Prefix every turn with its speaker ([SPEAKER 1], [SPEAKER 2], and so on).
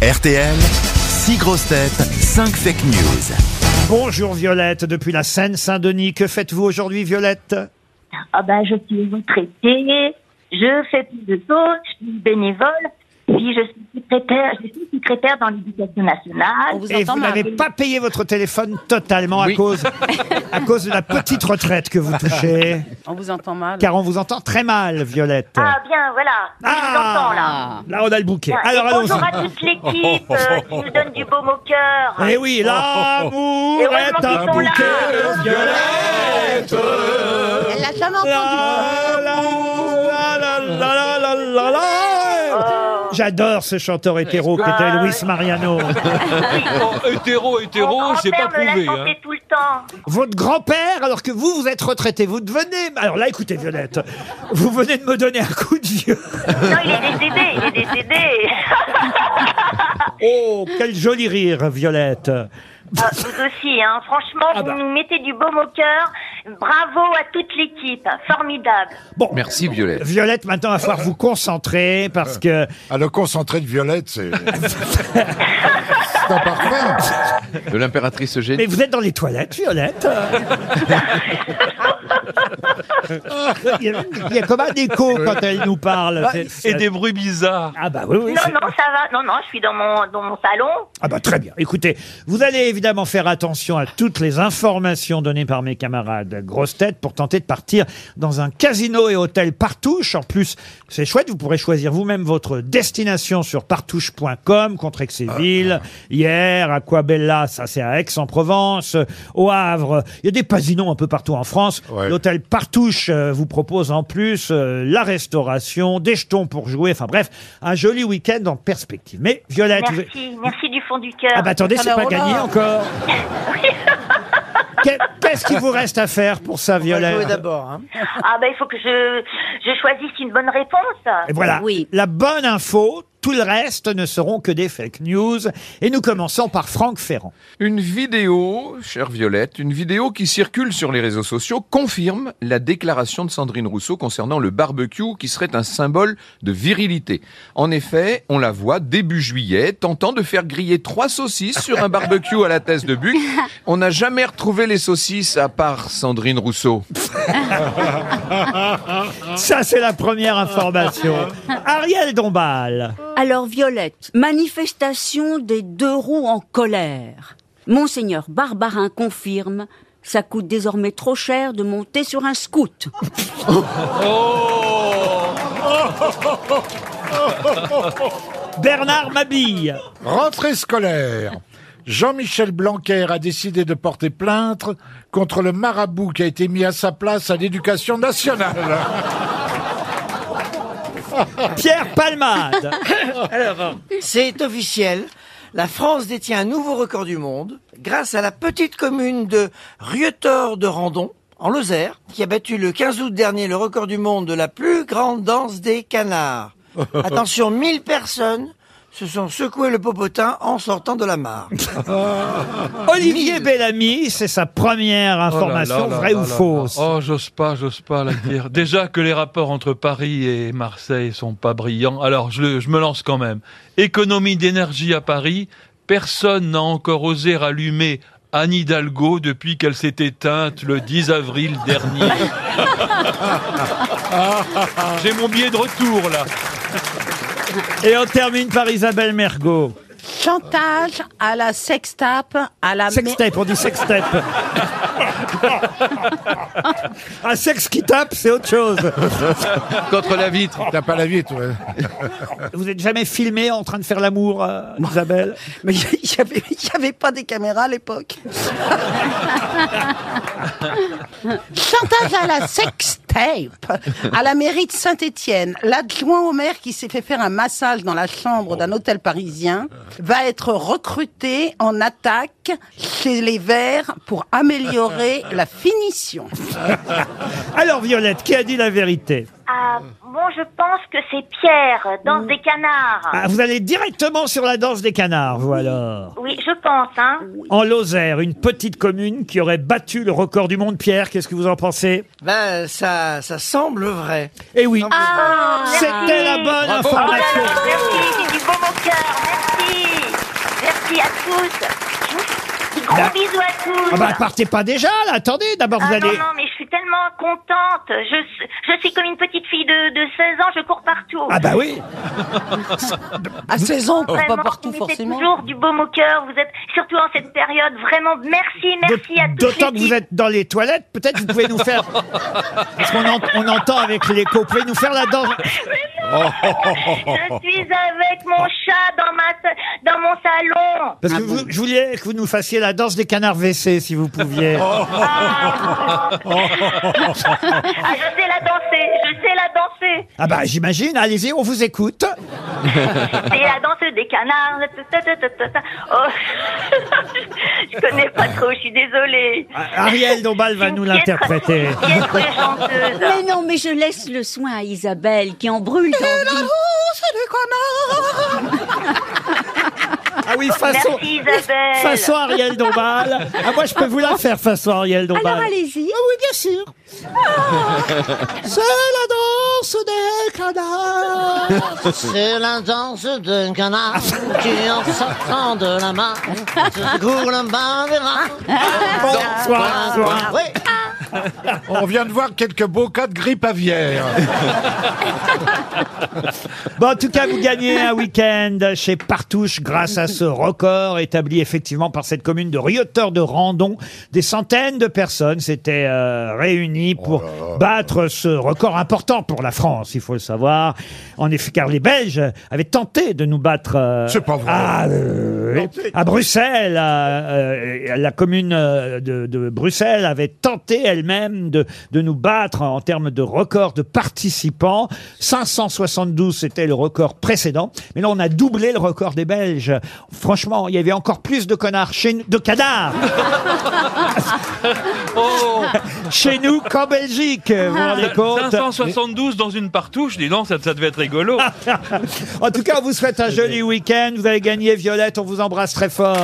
[SPEAKER 1] RTL, 6 grosses têtes, 5 fake news.
[SPEAKER 2] Bonjour Violette, depuis la Seine-Saint-Denis, que faites-vous aujourd'hui Violette
[SPEAKER 3] Ah ben, je suis retraitée, je fais plus de choses, je suis bénévole, puis je suis secrétaire, je suis secrétaire dans l'éducation nationale.
[SPEAKER 2] Et Oh, vous n'avez pas payé votre téléphone totalement à, cause, à cause de la petite retraite que vous touchez,
[SPEAKER 4] On vous entend mal.
[SPEAKER 2] car on vous entend très mal Violette.
[SPEAKER 3] Ah bien, voilà, je vous entends là.
[SPEAKER 2] Là on a le bouquet. Ah. Alors
[SPEAKER 3] Et bonjour à
[SPEAKER 2] allons-y.
[SPEAKER 3] toute l'équipe euh, qui nous donne du baume au cœur.
[SPEAKER 2] Eh oui, l'amour
[SPEAKER 3] Et
[SPEAKER 2] est
[SPEAKER 3] heureusement
[SPEAKER 2] un
[SPEAKER 3] qu'ils sont là.
[SPEAKER 2] bouquet de violettes.
[SPEAKER 5] Elle l'a jamais entendu.
[SPEAKER 2] La, la, la, la, la, la, la,
[SPEAKER 3] Oh.
[SPEAKER 2] la. J'adore ce chanteur hétéro qui était
[SPEAKER 3] Ah,
[SPEAKER 2] Luis
[SPEAKER 3] oui.
[SPEAKER 2] Mariano.
[SPEAKER 6] Oh, hétéro, hétéro,
[SPEAKER 3] Mon
[SPEAKER 6] c'est pas
[SPEAKER 3] grand-père me l'a
[SPEAKER 6] prouvé.
[SPEAKER 3] chanté
[SPEAKER 6] hein.
[SPEAKER 3] tout le temps.
[SPEAKER 2] Votre grand-père, alors que vous, vous êtes retraité, vous devenez... Alors là, écoutez, Violette, vous venez de me donner un coup de vieux.
[SPEAKER 3] Non, il est décédé, il est décédé.
[SPEAKER 2] Oh, quel joli rire, Violette.
[SPEAKER 3] Ah, vous aussi, hein. franchement,
[SPEAKER 2] Ah
[SPEAKER 3] vous
[SPEAKER 2] bah.
[SPEAKER 3] nous mettez du baume au cœur. Bravo à toute l'équipe, formidable.
[SPEAKER 2] Bon,
[SPEAKER 7] Merci Violette.
[SPEAKER 2] Violette, maintenant, il va falloir vous concentrer parce que...
[SPEAKER 8] Ah, le concentré de violette, c'est. c'est un parfum.
[SPEAKER 7] De l'impératrice Eugénie.
[SPEAKER 2] Mais vous êtes dans les toilettes, Violette. il, y a, il y a comme un écho quand elle nous parle.
[SPEAKER 7] Ah,
[SPEAKER 2] C'est- c'est-
[SPEAKER 6] Et des bruits bizarres.
[SPEAKER 2] Ah bah oui, oui.
[SPEAKER 3] Non,
[SPEAKER 2] c'est-
[SPEAKER 3] non, ça va. Non, non, je suis dans mon, dans mon salon.
[SPEAKER 2] Ah bah très bien. Écoutez, vous allez évidemment faire attention à toutes les informations données par mes camarades grosses têtes pour tenter de partir dans un casino et hôtel Partouche. En plus, c'est chouette, vous pourrez choisir vous-même votre destination sur partouche.com, contre Exéville, hier, Aquabella, ça c'est à Aix-en-Provence, au Havre. Il y a des casinos un peu partout en France.
[SPEAKER 8] Ouais.
[SPEAKER 2] L'hôtel Partouche euh, vous propose en plus euh, la restauration, des jetons pour jouer, enfin bref, un joli week-end en perspective. Mais Violette, vous-
[SPEAKER 3] Merci, merci du fond du cœur.
[SPEAKER 2] ah bah attendez, c'est
[SPEAKER 4] Alors,
[SPEAKER 2] pas
[SPEAKER 4] oh là.
[SPEAKER 2] gagné encore. Qu'est- Qu'est-ce qu'il vous reste à faire pour ça, Violette
[SPEAKER 4] d'abord. Hein.
[SPEAKER 3] Ah bah il faut que je, je choisisse une bonne réponse.
[SPEAKER 2] Et voilà,
[SPEAKER 5] Oui.
[SPEAKER 2] la bonne info, tout le reste ne seront que des fake news. Et nous commençons par Franck Ferrand.
[SPEAKER 7] Une vidéo, chère Violette, une vidéo qui circule sur les réseaux sociaux confirme la déclaration de Sandrine Rousseau concernant le barbecue qui serait un symbole de virilité. En effet, on la voit début juillet tentant de faire griller trois saucisses sur un barbecue à la thèse de Buc. On n'a jamais retrouvé les saucisses à part Sandrine Rousseau.
[SPEAKER 2] Ça, c'est la première information. Ariel Dombal.
[SPEAKER 5] Alors Violette, manifestation des deux roues en colère. Monseigneur Barbarin confirme, ça coûte désormais trop cher de monter sur un scout.
[SPEAKER 2] Bernard Mabille.
[SPEAKER 8] Rentrée scolaire. Jean-Michel Blanquer a décidé de porter plainte contre le marabout qui a été mis à sa place à l'éducation nationale.
[SPEAKER 2] Pierre Palmade.
[SPEAKER 9] C'est officiel. La France détient un nouveau record du monde grâce à la petite commune de Rietor de Randon, en Lozère, qui a battu le 15 août dernier le record du monde de la plus grande danse des canards. Attention, 1000 personnes se sont secouées le popotin en sortant de la mare.
[SPEAKER 2] Olivier Bellamy, c'est sa première
[SPEAKER 6] Oh là là
[SPEAKER 2] information,
[SPEAKER 6] là
[SPEAKER 2] vraie
[SPEAKER 6] là
[SPEAKER 2] ou
[SPEAKER 6] là
[SPEAKER 2] fausse
[SPEAKER 6] là. Oh, j'ose pas, j'ose pas la dire. Déjà que les rapports entre Paris et Marseille sont pas brillants, alors je, le- je me lance quand même. Économie d'énergie à Paris, personne n'a encore osé rallumer Anne Hidalgo depuis qu'elle s'est éteinte le 10 avril dernier. J'ai mon billet de retour là.
[SPEAKER 2] Et on termine par Isabelle Mergot.
[SPEAKER 4] Chantage à la sextape, à
[SPEAKER 5] Ah,
[SPEAKER 4] la
[SPEAKER 2] Sextape, on dit sextape. Un sexe qui tape, c'est autre chose.
[SPEAKER 7] Contre la vitre.
[SPEAKER 8] T'as pas la vie, toi.
[SPEAKER 2] Vous n'êtes jamais filmé en train de faire l'amour, euh, Isabelle
[SPEAKER 9] Mais il n'y avait, il y avait pas des caméras à l'époque.
[SPEAKER 4] Chantage à la sextape, à la mairie de Saint-Étienne. L'adjoint au maire qui s'est fait faire un massage dans la chambre
[SPEAKER 3] Oh.
[SPEAKER 4] d'un hôtel parisien va être recruté en attaque chez les Verts pour améliorer la finition.
[SPEAKER 2] Alors, Violette, qui a dit la vérité
[SPEAKER 3] Ah, bon, je pense que c'est Pierre,
[SPEAKER 4] Mm.
[SPEAKER 3] danse des canards.
[SPEAKER 2] Ah, Vous allez directement sur la danse des canards, vous alors.
[SPEAKER 3] Oui, je pense, hein.
[SPEAKER 2] En Lozère, une petite commune qui aurait battu le record du monde. Pierre, qu'est-ce que vous en pensez
[SPEAKER 9] Ben, ça, ça semble vrai.
[SPEAKER 2] Eh oui,
[SPEAKER 3] Ah, merci.
[SPEAKER 2] c'était la bonne
[SPEAKER 7] Bravo.
[SPEAKER 2] Ah, bah,
[SPEAKER 3] Oh là là,
[SPEAKER 2] information.
[SPEAKER 3] merci, c'est du baume au cœur, merci. tous. Gros
[SPEAKER 2] Bah-
[SPEAKER 3] bisous à tous.
[SPEAKER 2] Ah bah partez pas déjà là, attendez, d'abord vous
[SPEAKER 3] Ah non,
[SPEAKER 2] allez...
[SPEAKER 3] non, mais je suis tellement contente. Je, je suis comme une petite fille de, de 16 ans, je cours partout.
[SPEAKER 2] Ah bah oui
[SPEAKER 4] À 16 ans, on court
[SPEAKER 3] Vraiment,
[SPEAKER 4] Oh, pas partout,
[SPEAKER 3] vous mettez
[SPEAKER 4] forcément.
[SPEAKER 3] toujours du baume au cœur. Vous êtes, surtout en cette période, vraiment, merci, merci à tous.
[SPEAKER 2] D'autant que vous êtes dans les toilettes, peut-être vous pouvez nous faire... Parce qu'on en- on entend avec l'écho, vous pouvez nous faire la danse...
[SPEAKER 3] Je suis avec mon chat dans, ma, sa- dans mon salon.
[SPEAKER 2] Parce que vous- je voulais que vous nous fassiez la danse des canards WC, si vous pouviez.
[SPEAKER 3] Oh. Ah, je sais la danser, je sais la danser.
[SPEAKER 2] Ah bah j'imagine, allez-y, on vous écoute.
[SPEAKER 3] C'est la danse des canards. Ta, ta, ta, ta, ta. Oh. je connais pas trop, je suis désolée.
[SPEAKER 2] Ah, Ariel Dombal va nous
[SPEAKER 3] Une piètre-
[SPEAKER 2] l'interpréter.
[SPEAKER 3] une piètre chanteuse.
[SPEAKER 5] Mais non, mais je laisse le soin à Isabelle qui en brûle d'envie.
[SPEAKER 2] Ah oui, façon,
[SPEAKER 3] Merci Isabelle.
[SPEAKER 2] façon Ariel Dombal. Ah moi je peux vous la faire façon Ariel Dombal.
[SPEAKER 4] Bah,
[SPEAKER 5] Alors allez-y.
[SPEAKER 2] oui, bien sûr. C'est la danse des canards.
[SPEAKER 10] C'est la danse d'un canard qui en sortant de la main se coule un bandera.
[SPEAKER 2] Bonsoir, bonsoir.
[SPEAKER 10] Oui,
[SPEAKER 8] On vient de voir quelques beaux cas de grippe aviaire.
[SPEAKER 2] Bon, en tout cas, vous gagnez un week-end chez Partouche grâce à ce record établi effectivement par cette commune de Rioteur de Randon. Des centaines de personnes s'étaient euh, réunies
[SPEAKER 8] Oh
[SPEAKER 2] pour battre ce record important pour la France, il faut le savoir. En effet, car les Belges avaient tenté de nous battre euh,
[SPEAKER 8] C'est pas vrai.
[SPEAKER 2] à, euh, à Bruxelles. à, euh, la commune euh, de, de Bruxelles avait tenté elle-même de, de nous battre en termes de record de participants. 572, c'était le record précédent. Mais là, on a doublé le record des Belges. Franchement, il y avait encore plus de connards chez nous, de canards
[SPEAKER 6] Oh
[SPEAKER 2] chez nous qu'en Belgique. Vous vous rendez compte
[SPEAKER 6] 572 dans une partouche, dis donc, ça, ça devait être rigolo.
[SPEAKER 2] En tout cas, on vous souhaite un joli week-end. Vous allez gagner, Violette. On vous embrasse très fort.